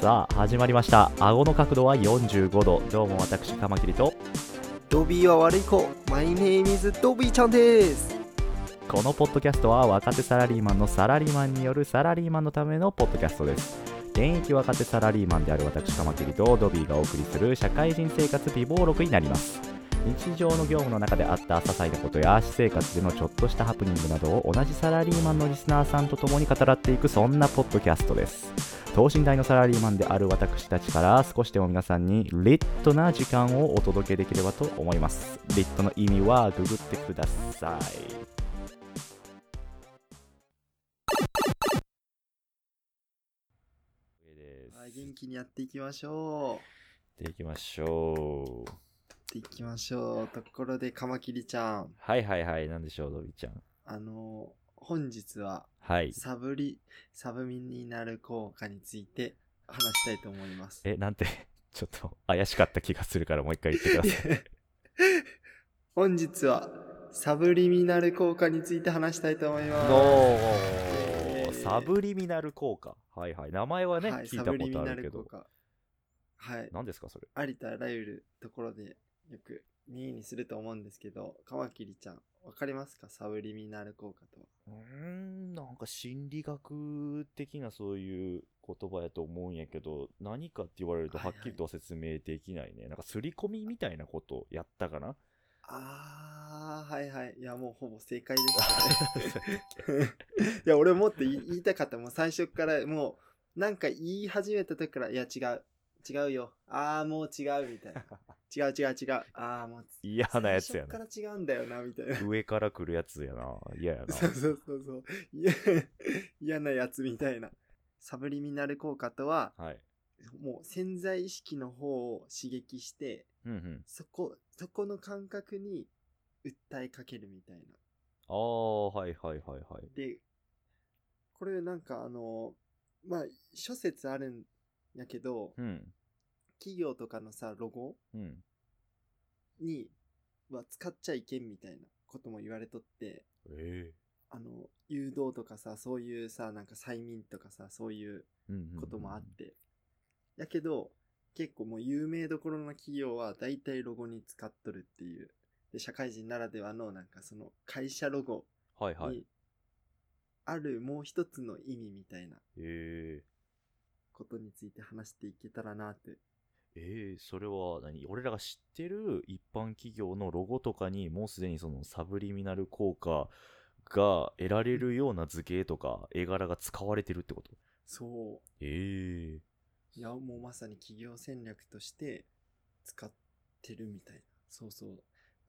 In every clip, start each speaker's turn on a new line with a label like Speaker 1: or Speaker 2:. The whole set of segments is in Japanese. Speaker 1: さあ始まりました顎の角度は45度どうも私カマキリと
Speaker 2: ドビーは悪い子マイネームズドビーちゃんです
Speaker 1: このポッドキャストは若手サラリーマンのサラリーマンによるサラリーマンのためのポッドキャストです現役若手サラリーマンである私カマキリとドビーがお送りする社会人生活美貌録になります日常の業務の中であった些細なことや私生活でのちょっとしたハプニングなどを同じサラリーマンのリスナーさんと共に語らっていくそんなポッドキャストです等身大のサラリーマンである私たちから少しでも皆さんにリットな時間をお届けできればと思いますリットの意味はググってくださいです
Speaker 2: はい元気にやっていきましょう
Speaker 1: やっていきましょう
Speaker 2: やっていきましょうところでカマキリちゃん
Speaker 1: はいはいはいなんでしょうドビーちゃん
Speaker 2: あの本日は
Speaker 1: はい
Speaker 2: サブリサブミになる効果について話したいと思います
Speaker 1: えなんて ちょっと怪しかった気がするからもう一回言ってください
Speaker 2: 本日はサブリミナル効果について話したいと思いま
Speaker 1: おーサブリミナル効果はいはい名前は
Speaker 2: す。
Speaker 1: ね、
Speaker 2: は
Speaker 1: 聞
Speaker 2: い、
Speaker 1: い
Speaker 2: サ
Speaker 1: た
Speaker 2: ブ
Speaker 1: こ
Speaker 2: リミ
Speaker 1: とあ
Speaker 2: ナ
Speaker 1: るけ
Speaker 2: ル効
Speaker 1: ど
Speaker 2: 果。はい。
Speaker 1: 何ですかそれ
Speaker 2: ありとあらゆるところでよく耳にすると思うんですけど、カマキリちゃん、わかりますかサブリミナル効果とは。
Speaker 1: うーん、なんか心理学的なそういう言葉やと思うんやけど、何かって言われると
Speaker 2: は
Speaker 1: は
Speaker 2: いは
Speaker 1: っ
Speaker 2: い
Speaker 1: きりとは説明できないね。なんか刷り込みみたいなことやったか な
Speaker 2: あー、はいはい。いや、もうほぼ正解ですね。 いや、俺もっと言い言いたかった。もう最初から、もう、なんか言い始めた時から、いや、違う。違うよ。あー、もう違う、み たいな。違う違う違う。あー、もう
Speaker 1: 嫌なやつや
Speaker 2: 最
Speaker 1: な。
Speaker 2: 初から違うんだよな、みたい な。
Speaker 1: 上から来るやつやな。嫌やな。
Speaker 2: そうそうそうそう。いや嫌なやつみたいな。サブリミナル効果とは、
Speaker 1: はい。
Speaker 2: もう潜在意識の方を刺激して、
Speaker 1: うんうん。
Speaker 2: そこ、そこの感覚に訴えかけるみたいな。
Speaker 1: ああ、はいはいはいはい。
Speaker 2: で、これなんかあの、まあ、諸説あるんやけど、
Speaker 1: うん。
Speaker 2: 企業とかのさ、ロゴ
Speaker 1: うん。
Speaker 2: には使っちゃいけんみたいなことも言われとって、
Speaker 1: え
Speaker 2: あの、誘導とかさ、そういうさ、なんか催眠とかさ、そういう
Speaker 1: えうん
Speaker 2: こともあって。やけど、結構もう有名どころの企業は大体ロゴに使っとるっていう。で、社会人ならではのなんかその会社ロゴ
Speaker 1: はいはい。
Speaker 2: にあるもう一つの意味みたいな
Speaker 1: え
Speaker 2: ことについて話していけたらなって。
Speaker 1: えええそれは何俺らが知ってる一般企業のロゴとかにもうすでにそのサブリミナル効果が得られるような図形とか絵柄が使われてるってこと
Speaker 2: そ
Speaker 1: ええ
Speaker 2: う。いや、もうまさに企業戦略として使ってるみたいな。そうそう。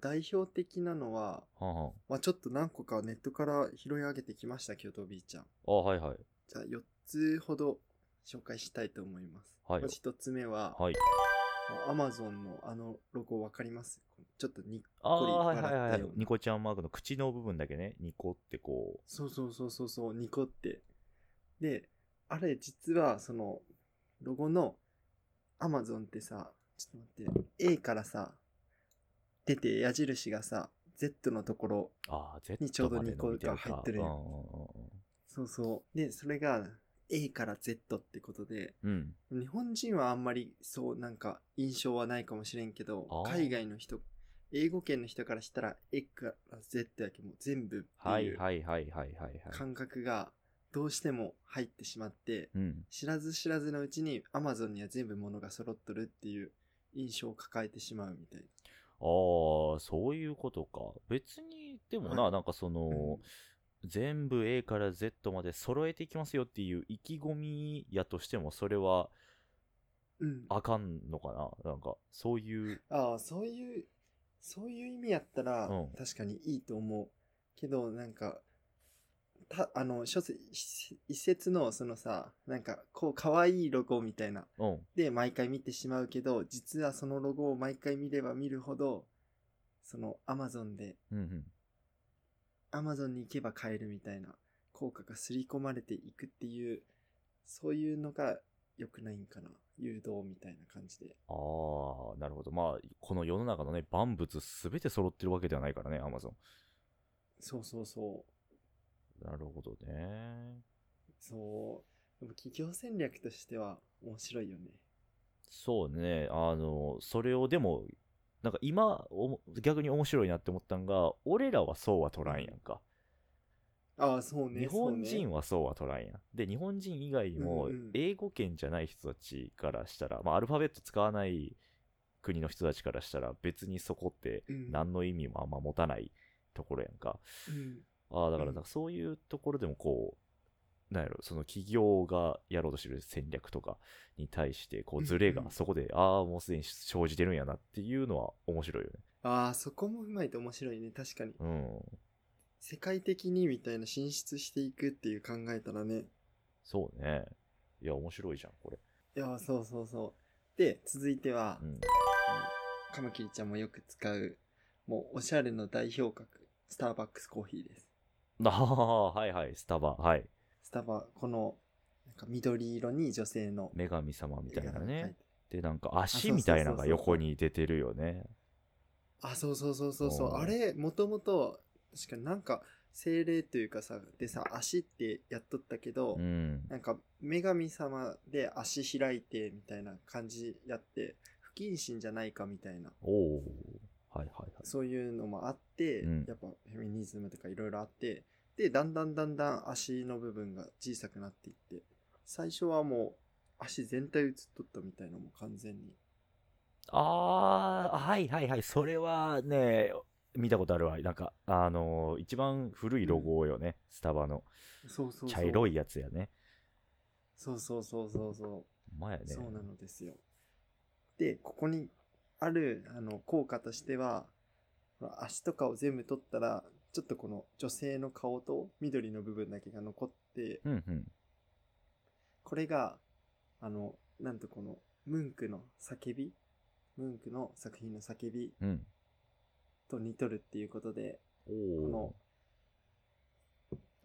Speaker 2: 代表的なのは、
Speaker 1: はんはん
Speaker 2: まあ、ちょっと何個かネットから拾い上げてきましたけど、ビーちゃん。
Speaker 1: あはいはい
Speaker 2: じゃあ4つほど紹介したいと思います。
Speaker 1: はい
Speaker 2: まず1つ目は、
Speaker 1: はい
Speaker 2: アマゾンのあのロゴわかりますちょっとに
Speaker 1: あ
Speaker 2: こり
Speaker 1: ーはい
Speaker 2: 笑
Speaker 1: は
Speaker 2: っ
Speaker 1: いはいは
Speaker 2: た
Speaker 1: い
Speaker 2: ような
Speaker 1: ニコちゃんマークの口の部分だけねニコってこ
Speaker 2: そうそうそうそうそう、ニコって。で、あれ実はそのロゴのアマゾンってさ、ちょっと待って、A からさ、出て矢印がさ、Z のところ、
Speaker 1: うああ
Speaker 2: にち
Speaker 1: Z
Speaker 2: ょうど
Speaker 1: まで伸びてるか
Speaker 2: ニコが入ってる
Speaker 1: うんうん
Speaker 2: そうそう。で、それが A から Z ってことで、
Speaker 1: うんうん
Speaker 2: 日本人はあんまりそうなんか印象はないかもしれんけど
Speaker 1: あー
Speaker 2: 海外の人英語圏の人からしたら A から Z やけもう全部って
Speaker 1: はいいうはいはいはいはいはい
Speaker 2: 感覚がどうしても入ってしまって
Speaker 1: うん
Speaker 2: 知らず知らずのうちに Amazon には全部物が揃っとるっていう印象を抱えてしまうみたい
Speaker 1: ああ、そういうことか。別に、でもな、
Speaker 2: はい
Speaker 1: なんかそ
Speaker 2: な。
Speaker 1: の、全部 A から Z まで揃えていきますよっていう意気込みやとしても、それは
Speaker 2: うん、
Speaker 1: あかんのかななんか、そういう、
Speaker 2: ああそういうそういう意味やったら
Speaker 1: うん
Speaker 2: 確かにいいと思うけどなんかたあの諸説一一説のそのさなんかこう可愛いロゴみたいな
Speaker 1: うん。
Speaker 2: で毎回見てしまうけど実はそのロゴを毎回見れば見るほどそのアマゾンで
Speaker 1: うんうん。
Speaker 2: アマゾンに行けば買えるみたいな効果が刷り込まれていくっていうそういうのが良くないんかな。誘導みたいな感じで。
Speaker 1: ああ、なるほど。まあ、この世の中のね、万物すべて揃ってるわけではないからね、アマゾ
Speaker 2: そうそうそう。
Speaker 1: ン。なるほどね。
Speaker 2: そう。でも企業戦略としては面白いよね。
Speaker 1: そうね、あの、それをでも、なんか今、おも逆に面白いなって思ったんが、俺らはそうは取らんやんか。
Speaker 2: ああ、そうね。
Speaker 1: 日本
Speaker 2: そう
Speaker 1: 人
Speaker 2: ね
Speaker 1: はそうは取らんやん。で、日本人以外にも
Speaker 2: うんうん、
Speaker 1: 英語圏じゃない人たちからしたら、まあ、アルファベット使わない国の人たちからしたら、別にそこって
Speaker 2: うん
Speaker 1: 何の意味もあんま持たないところやんか。
Speaker 2: うん
Speaker 1: ああ、だから
Speaker 2: うん
Speaker 1: なんかそういうところでもこう、なんやろ、その企業がやろうとしてる戦略とかに対して、こ
Speaker 2: うん
Speaker 1: う、
Speaker 2: うん
Speaker 1: ズレがそこで、ああ、もうすでに生じてるんやなっていうのは面白いよね。
Speaker 2: ああ、そこも踏まえて面白いね。確かに。
Speaker 1: うん。
Speaker 2: 世界的にみたいな進出していくっていう考えたらね。
Speaker 1: そうね。いや、面白いじゃん、これ。
Speaker 2: いやー、そうそうそう。で、続いては
Speaker 1: う、ん。
Speaker 2: カマキリちゃんもよく使う、もうおしゃれの代表格、スターバックスコーヒーです。
Speaker 1: ああ、はいはい、スタバ、はい。
Speaker 2: スタバ、この、なんか緑色に女性の
Speaker 1: 女神様みたいな
Speaker 2: 絵が描い
Speaker 1: ね
Speaker 2: て。
Speaker 1: で、なんか足みたいなのが横に出てるよね。
Speaker 2: あ、そうそうそうそうそう。
Speaker 1: おー
Speaker 2: あれ、もともと、確かになんか、精霊というかさ、でさ、足ってやっとったけど、
Speaker 1: うん。
Speaker 2: なんか、女神様で足開いて、みたいな感じやって、不謹慎じゃないかみたいな、
Speaker 1: おお。はいはいはい。
Speaker 2: そういうのもあって、
Speaker 1: うん
Speaker 2: やっぱフェミニズムとかいろいろあって、で、だんだんだんだん足の部分が小さくなっていって、最初はもう、足全体映っとったみたいなもう完全に。
Speaker 1: ああ、はいはいはい。それはね、見たことあるわ。なんか、あのー一番古いロゴよね。スタバの。
Speaker 2: そうそうそう。
Speaker 1: 茶色
Speaker 2: い。
Speaker 1: いやつやね。
Speaker 2: そうそうそうそうそう。
Speaker 1: 前ね。
Speaker 2: そうなのですよ。で、ここにあるあの効果としては、ほら足とかを全部取ったら、ちょっとこの女性の顔と緑の部分だけが残って、
Speaker 1: うんうん。
Speaker 2: これが、あの、なんとこのムンクの叫び、ムンクの作品の叫び
Speaker 1: うん。
Speaker 2: と似とるっていうことで、
Speaker 1: お
Speaker 2: この
Speaker 1: お。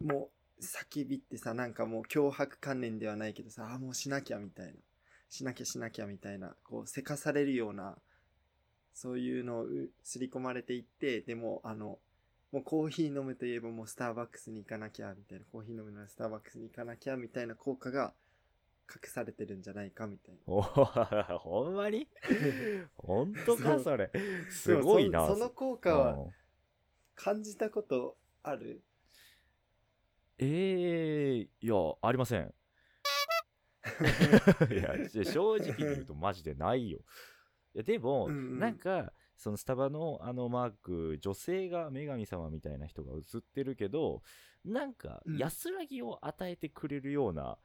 Speaker 2: もう叫びってさなんかもう脅迫観念ではないけどさあーもうしなきゃみたいなしなきゃしなきゃみたいなこうせかされるようなそういうのをう刷り込まれていってでもあのもうコーヒー飲むといえばもうスターバックスに行かなきゃみたいなコーヒー飲むならスターバックスに行かなきゃみたいな効果が隠されてるんじゃないかみたいな
Speaker 1: お ほんまにほんとか、
Speaker 2: そう
Speaker 1: それ。すごい
Speaker 2: で
Speaker 1: な。
Speaker 2: もそその効果は
Speaker 1: うん
Speaker 2: 感じたことある
Speaker 1: ええいや、ありま せん。 いや、じゃ正直に言うとマジでないよ。いや、でも、
Speaker 2: うんうん
Speaker 1: なんか、そのスタバのあのマーク、女性が女神様みたいな人が映ってるけど、なんか
Speaker 2: うん
Speaker 1: 安らぎを与えてくれるような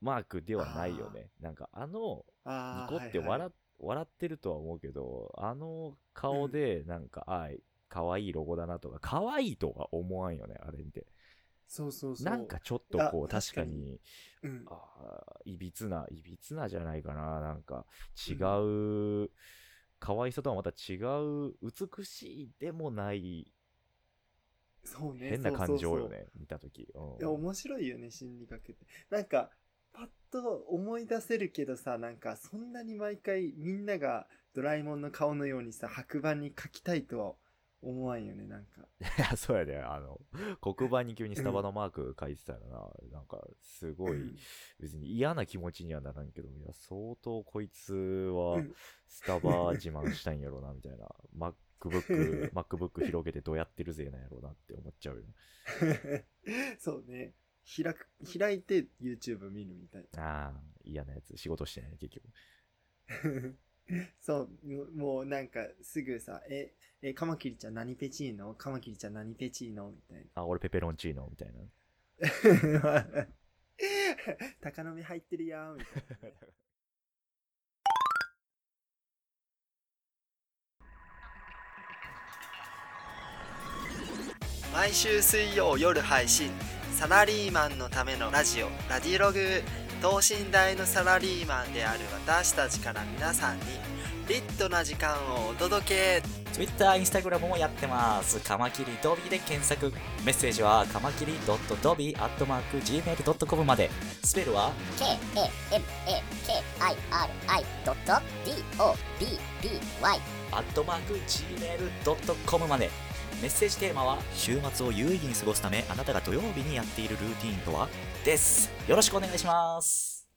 Speaker 1: マークではないよね。なんかあの、ニ
Speaker 2: あ
Speaker 1: コって笑,、笑ってるとは思うけど、あの顔でなんか、あい、可愛いロゴだなとか、可愛いとは思わんよね、あれ見て。
Speaker 2: そうそうそう
Speaker 1: なんか、ちょっと
Speaker 2: あ
Speaker 1: こう、確か
Speaker 2: 確か
Speaker 1: に
Speaker 2: に、うん、
Speaker 1: あーいびつな、いびつなじゃないかな、なんか、違う、可愛さとはまた違う、美しいでもない、
Speaker 2: そうね
Speaker 1: 変な
Speaker 2: そ
Speaker 1: 感
Speaker 2: うそう
Speaker 1: 情
Speaker 2: そ
Speaker 1: よ
Speaker 2: う
Speaker 1: ね、見たとき。うん
Speaker 2: いや、面白いよね、心理学って。なんか、パッと思い出せるけどさ、なんか、そんなに毎回みんながドラえもんの顔のようにさ、白板に描きたいとは思わんよね、なんか。
Speaker 1: いやそうやね、あの、黒板に急にスタバのマーク書いてたらな、なんか、すご
Speaker 2: う
Speaker 1: い
Speaker 2: ん、
Speaker 1: 別に嫌な気持ちにはならんけど、いや、相当こいつ
Speaker 2: う
Speaker 1: は
Speaker 2: ん、
Speaker 1: スタバ自慢したいんやろうな、みた いな。MacBook、MacBook 広げてどうやってるぜなんやろうなって思っちゃうよね。
Speaker 2: そうね。開く、開いて YouTube 見るみたい
Speaker 1: ああ、嫌なやつ、仕事してない、結局。
Speaker 2: な。そう、もうもうなんか、すぐさ、え、え、カマキリちゃん何ペチーノカマキリちゃん何ペチーノみたいな。
Speaker 1: あ、俺ペペロンチーノみたいな。
Speaker 2: 高飲み入ってるやん、みたいなね。毎週水曜夜配信サラリーマンのためのラジオラディログ等身大のサラリーマンである私たちから皆さんにリットな時間をお届け
Speaker 3: Twitter、Instagram もやってます。カマキリドビーで検索。メッセージはカマキリドットドビーアットマーク Gmail.com まで。スペルは
Speaker 4: k-a-m-a-k-i-r-i.dobby
Speaker 3: アットマーク Gmail.com までメッセージテーマは週末を有意義に過ごすためあなたが土曜日にやっているルーティーンとはですよろしくお願いします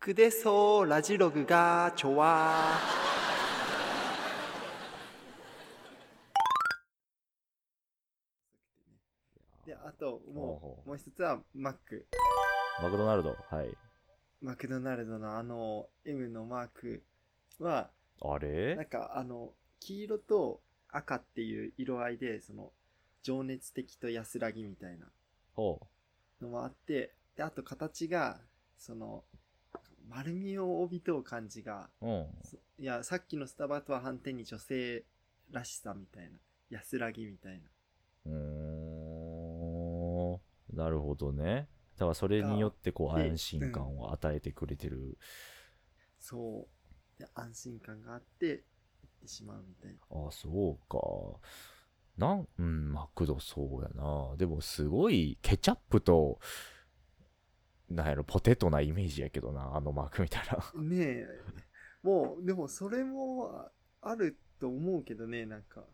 Speaker 2: くでそうラジログがちょわーであともうもう一つはマック
Speaker 1: マクドナルドはい
Speaker 2: マクドナルドのあの M のマークは
Speaker 1: あ
Speaker 2: なん
Speaker 1: れ
Speaker 2: かあの黄色と赤っていう色合いでその情熱的と安らぎみたいな
Speaker 1: ほう
Speaker 2: のもあってであと形がその丸みを帯びとう感じが
Speaker 1: うん
Speaker 2: そいやさっきのスタバとは反転に女性らしさみたいな安らぎみたい
Speaker 1: う
Speaker 2: な
Speaker 1: ーんなるほどねだからそれによってこう
Speaker 2: が
Speaker 1: 安心感を与えてくれてる、
Speaker 2: そうで安心感があって行ってしまうみたいな
Speaker 1: あそうかなんうんマクドそうやなでもすごいケチャップとなんやろポテトなイメージやけどなあのマークみたいな
Speaker 2: ねえもうでもそれもああると思うけどねなんか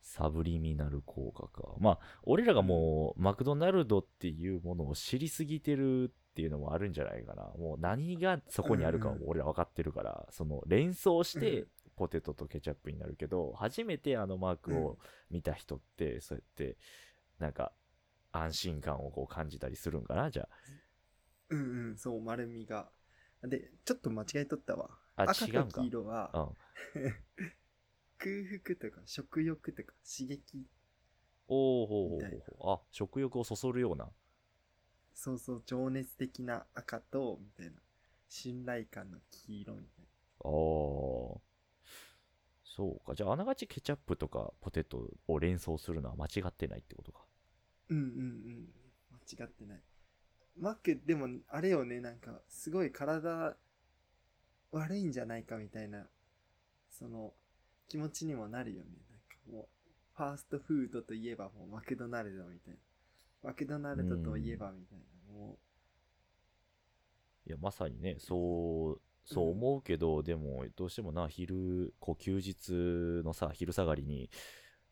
Speaker 1: サブリミナル効果かまあ俺らがもうマクドナルドっていうものを知りすぎてるっていうのもあるんじゃないかなもう何がそこにあるかはもう俺ら分かってるから、その連想して
Speaker 2: うん
Speaker 1: ポテトとケチャップになるけど、初めてあのマークを見た人ってそうやってなんか安心感をこう感じたりするんかなじゃあ
Speaker 2: うんうんそう丸みがでちょっと間違えとったわ
Speaker 1: あ
Speaker 2: 赤
Speaker 1: 違う
Speaker 2: と
Speaker 1: んか
Speaker 2: 黄色は
Speaker 1: うん、
Speaker 2: 空腹とか食欲とか刺激
Speaker 1: おおほうほう
Speaker 2: みたい
Speaker 1: ほうほうあ食欲をそそるような
Speaker 2: そうそう情熱的な赤とみたいな信頼感の黄色みたい
Speaker 1: ああそうかじゃああながちケチャップとかポテトを連想するのは間違ってないってことか
Speaker 2: なうんうんうん間違ってないマックでもあれよねなんかすごい体悪いんじゃないかみたいなその気持ちにもなるよねなんかもうファーストフードといえばもうマクドナルドみたいなマクドナルドといえばみたいなも
Speaker 1: いやまさにねそうそう思うけど、でもどうしてもな昼こう休日のさ昼下がりに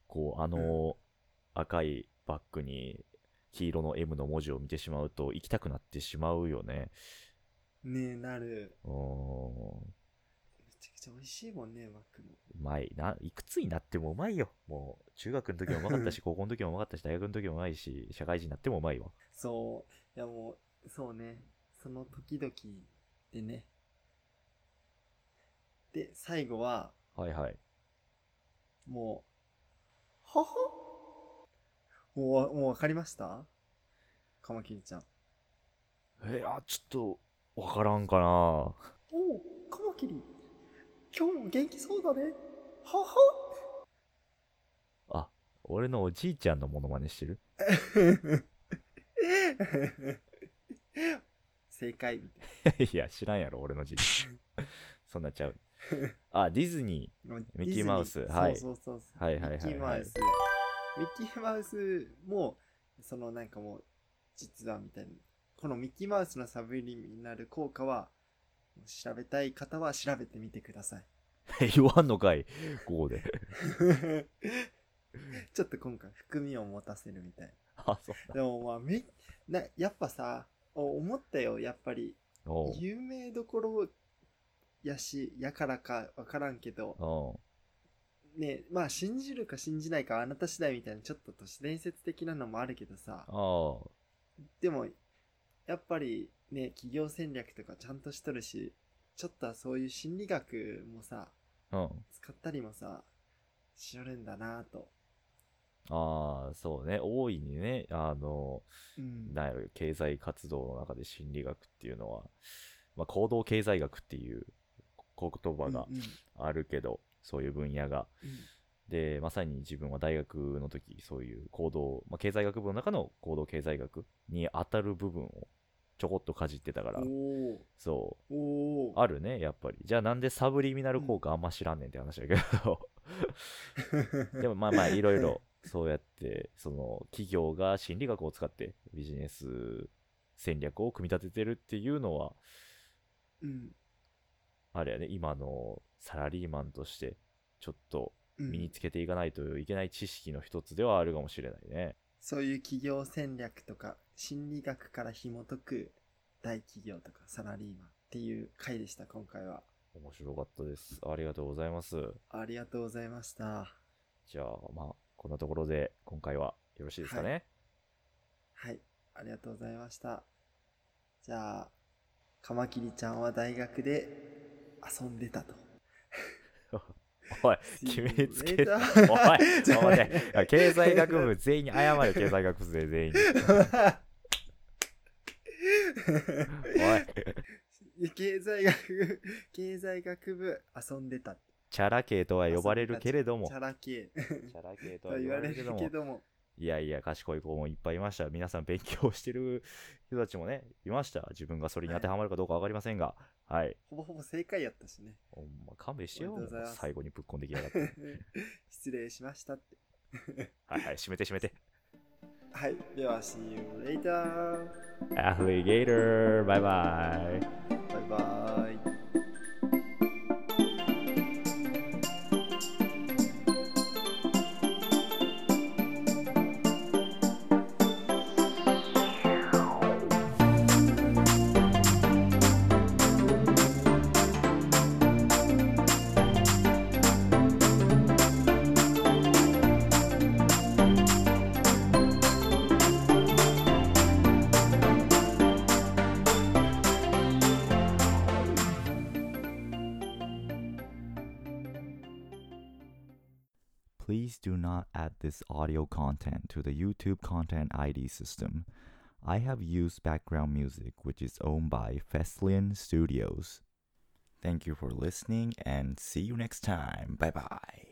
Speaker 1: こうあの赤いバッグに黄色の M の文字を見てしまうと行きたくなってしまうよね
Speaker 2: うねえなる
Speaker 1: うーん
Speaker 2: めちゃくちゃ美味しいもんねマックも
Speaker 1: うまいな。いくつになってもうまいよ。もう、中学の時もうまかったし、高校の時もうまかったし、大学の時もうまいし、社会人になってもうまいわ。
Speaker 2: そう。いやもう、そうね。その時々でね。で、最後は、
Speaker 1: はいはい。
Speaker 2: もう、ほほもうわ、もうわかりましたカマキリちゃん。
Speaker 1: えー、あ、ちょっと、わからんかな。
Speaker 2: おお、カマキリ。今日も元気そうだね。ほほ
Speaker 1: あ、俺のおじいちゃんのモノマネしてる
Speaker 2: 正解。
Speaker 1: いや、知らんやろ、俺のじいちゃん。 そんなちゃう。あ、ディズニ
Speaker 2: ミ
Speaker 1: ミッキーマウスはい
Speaker 2: そうそうそうそう。
Speaker 1: はいはいはいはい
Speaker 2: ミッキーマウス。ミッキーマウスも、そのなんかもう、実はみたいな。このミッキーマウスのサブリミナル効果は、調べたい方は調べてみてください。
Speaker 1: ー。 言わんのかい、ここで。
Speaker 2: ちょっと今回、含みを持たせるみたい
Speaker 1: あ、そん
Speaker 2: な。
Speaker 1: な。
Speaker 2: でもまあ、み、な、やっぱさ、お思ったよ、やっぱり。
Speaker 1: おう
Speaker 2: 有名どころやし、やからかわからんけど、
Speaker 1: おう
Speaker 2: ねまあ信じるか信じないかはあなた次第みたいなちょっと都市伝説的なのもあるけどさ
Speaker 1: おう
Speaker 2: でもやっぱりね企業戦略とかちゃんとしとるしちょっとはそういう心理学もさ
Speaker 1: うん。
Speaker 2: 使ったりもさしよるんだなぁと、
Speaker 1: ああ、そうね。大いにね、あの、
Speaker 2: うん
Speaker 1: なんやろ経済活動の中で心理学っていうのは、まあ、行動経済学っていう言葉が
Speaker 2: うんうん
Speaker 1: あるけど、そういう分野が。
Speaker 2: うん
Speaker 1: で、まさに自分は大学の時、そういう行動、まあ、経済学部の中の行動経済学に当たる部分をちょこっとかじってたから
Speaker 2: お
Speaker 1: そ
Speaker 2: おお
Speaker 1: う
Speaker 2: お
Speaker 1: あるねやっぱりじゃあなんでサブリミナル効果あんま知らんねんって話だけどでもまあまあいろいろそうやってその企業が心理学を使ってビジネス戦略を組み立ててるっていうのは
Speaker 2: うん
Speaker 1: あれやね今のサラリーマンとしてちょっと
Speaker 2: うん
Speaker 1: 身につけていかないといけない知識の一つではあるかもしれないね。
Speaker 2: そういう企業戦略とか心理学から紐解く大企業とかサラリーマンっていう回でした今回は
Speaker 1: 面白かったです。ありがとうございます。
Speaker 2: ありがとうございました
Speaker 1: じゃあ、まあ、こんなところで今回はよろしいですかね。
Speaker 2: はいありがとうございましたじゃあカマキリちゃんは大学で遊んでたと
Speaker 1: おい、決めつけ
Speaker 2: お
Speaker 1: おい、お 待て、経済学部全員に謝れ、経済学部生全員 に。おい、
Speaker 2: 経済学経済学部遊んでた
Speaker 1: チャラ系とは呼ばれるけれども
Speaker 2: チ、ャラ系
Speaker 1: チャラ系と
Speaker 2: と
Speaker 1: は
Speaker 2: は
Speaker 1: 呼
Speaker 2: 言
Speaker 1: ば
Speaker 2: わ
Speaker 1: れ
Speaker 2: れ
Speaker 1: る
Speaker 2: る
Speaker 1: け
Speaker 2: け
Speaker 1: ど
Speaker 2: ど
Speaker 1: も、
Speaker 2: も
Speaker 1: いやいや、賢い子もいっぱいいました。皆さん勉強してる人たちもね、いました。自分がそれに当てはまるかどうか分かりませんが、はい。
Speaker 2: ほぼほぼ正解やったしね
Speaker 1: ほんま勘弁してよ
Speaker 2: ありがとうございま、す
Speaker 1: 最後にぶっこんできやがって。
Speaker 2: 失礼しましたって
Speaker 1: はいはい、閉めて閉めて。
Speaker 2: はいでは See you later
Speaker 1: アフリゲーター、バイバイ。
Speaker 2: バイバイ
Speaker 1: Please do not add this audio content to the YouTube Content ID system. I have used background music which is owned by Feslian Studios. Thank you for listening and see you next time. Bye bye.